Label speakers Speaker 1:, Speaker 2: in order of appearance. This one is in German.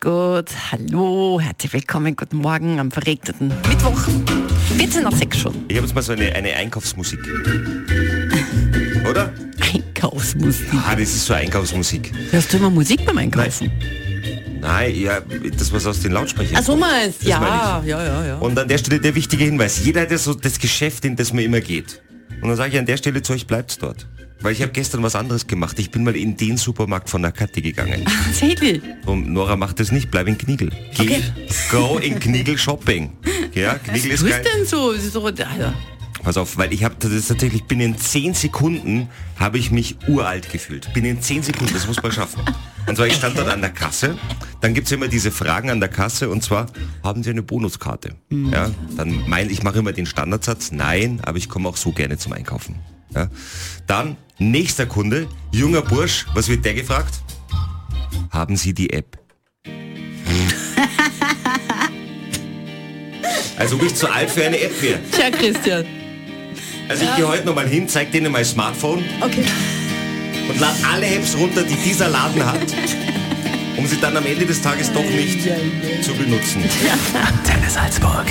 Speaker 1: gut. Hallo, herzlich willkommen, guten Morgen am verregneten Mittwoch. 14 nach 6 schon.
Speaker 2: Ich habe jetzt mal so eine, eine Einkaufsmusik. Oder?
Speaker 1: Einkaufsmusik.
Speaker 2: Ah, das ist so Einkaufsmusik.
Speaker 1: Hörst du immer Musik beim Einkaufen?
Speaker 2: Nein, ja, das was aus den Lautsprechern.
Speaker 1: Ach so meinst
Speaker 2: Das
Speaker 1: ja,
Speaker 2: meine
Speaker 1: ja, ja, ja.
Speaker 2: Und an der Stelle der wichtige Hinweis. Jeder hat ja so das Geschäft, in das man immer geht. Und dann sage ich an der Stelle zu euch, bleibt's dort. Weil ich habe gestern was anderes gemacht. Ich bin mal in den Supermarkt von Nakati gegangen.
Speaker 1: Ah. Tatsächlich.
Speaker 2: Und Nora macht es nicht, bleib in Knigel. Geh,
Speaker 1: Okay.
Speaker 2: go in Knigel Shopping. Ja, Knigel
Speaker 1: Was
Speaker 2: ist
Speaker 1: ist
Speaker 2: geil.
Speaker 1: denn so? so ja.
Speaker 2: Pass auf, weil ich habe das tatsächlich binnen 10 Sekunden habe ich mich uralt gefühlt. Binnen 10 Sekunden, das muss man schaffen. Und zwar ich stand dort an der Kasse, dann gibt's immer diese Fragen an der Kasse und zwar haben Sie eine Bonuskarte? Ja, dann mein ich mache immer den Standardsatz, nein, aber ich komme auch so gerne zum Einkaufen. Ja. Dann nächster Kunde, junger Bursch, was wird der gefragt? Haben Sie die App? Also bin ich zu alt für eine App mehr.
Speaker 1: Tja, Christian.
Speaker 2: Also ich gehe heute nochmal hin, zeig denen mein Smartphone
Speaker 1: Okay.
Speaker 2: und lade alle Apps runter, die dieser Laden hat, um sie dann am Ende des Tages doch nicht zu benutzen.
Speaker 3: Antenne Salzburg.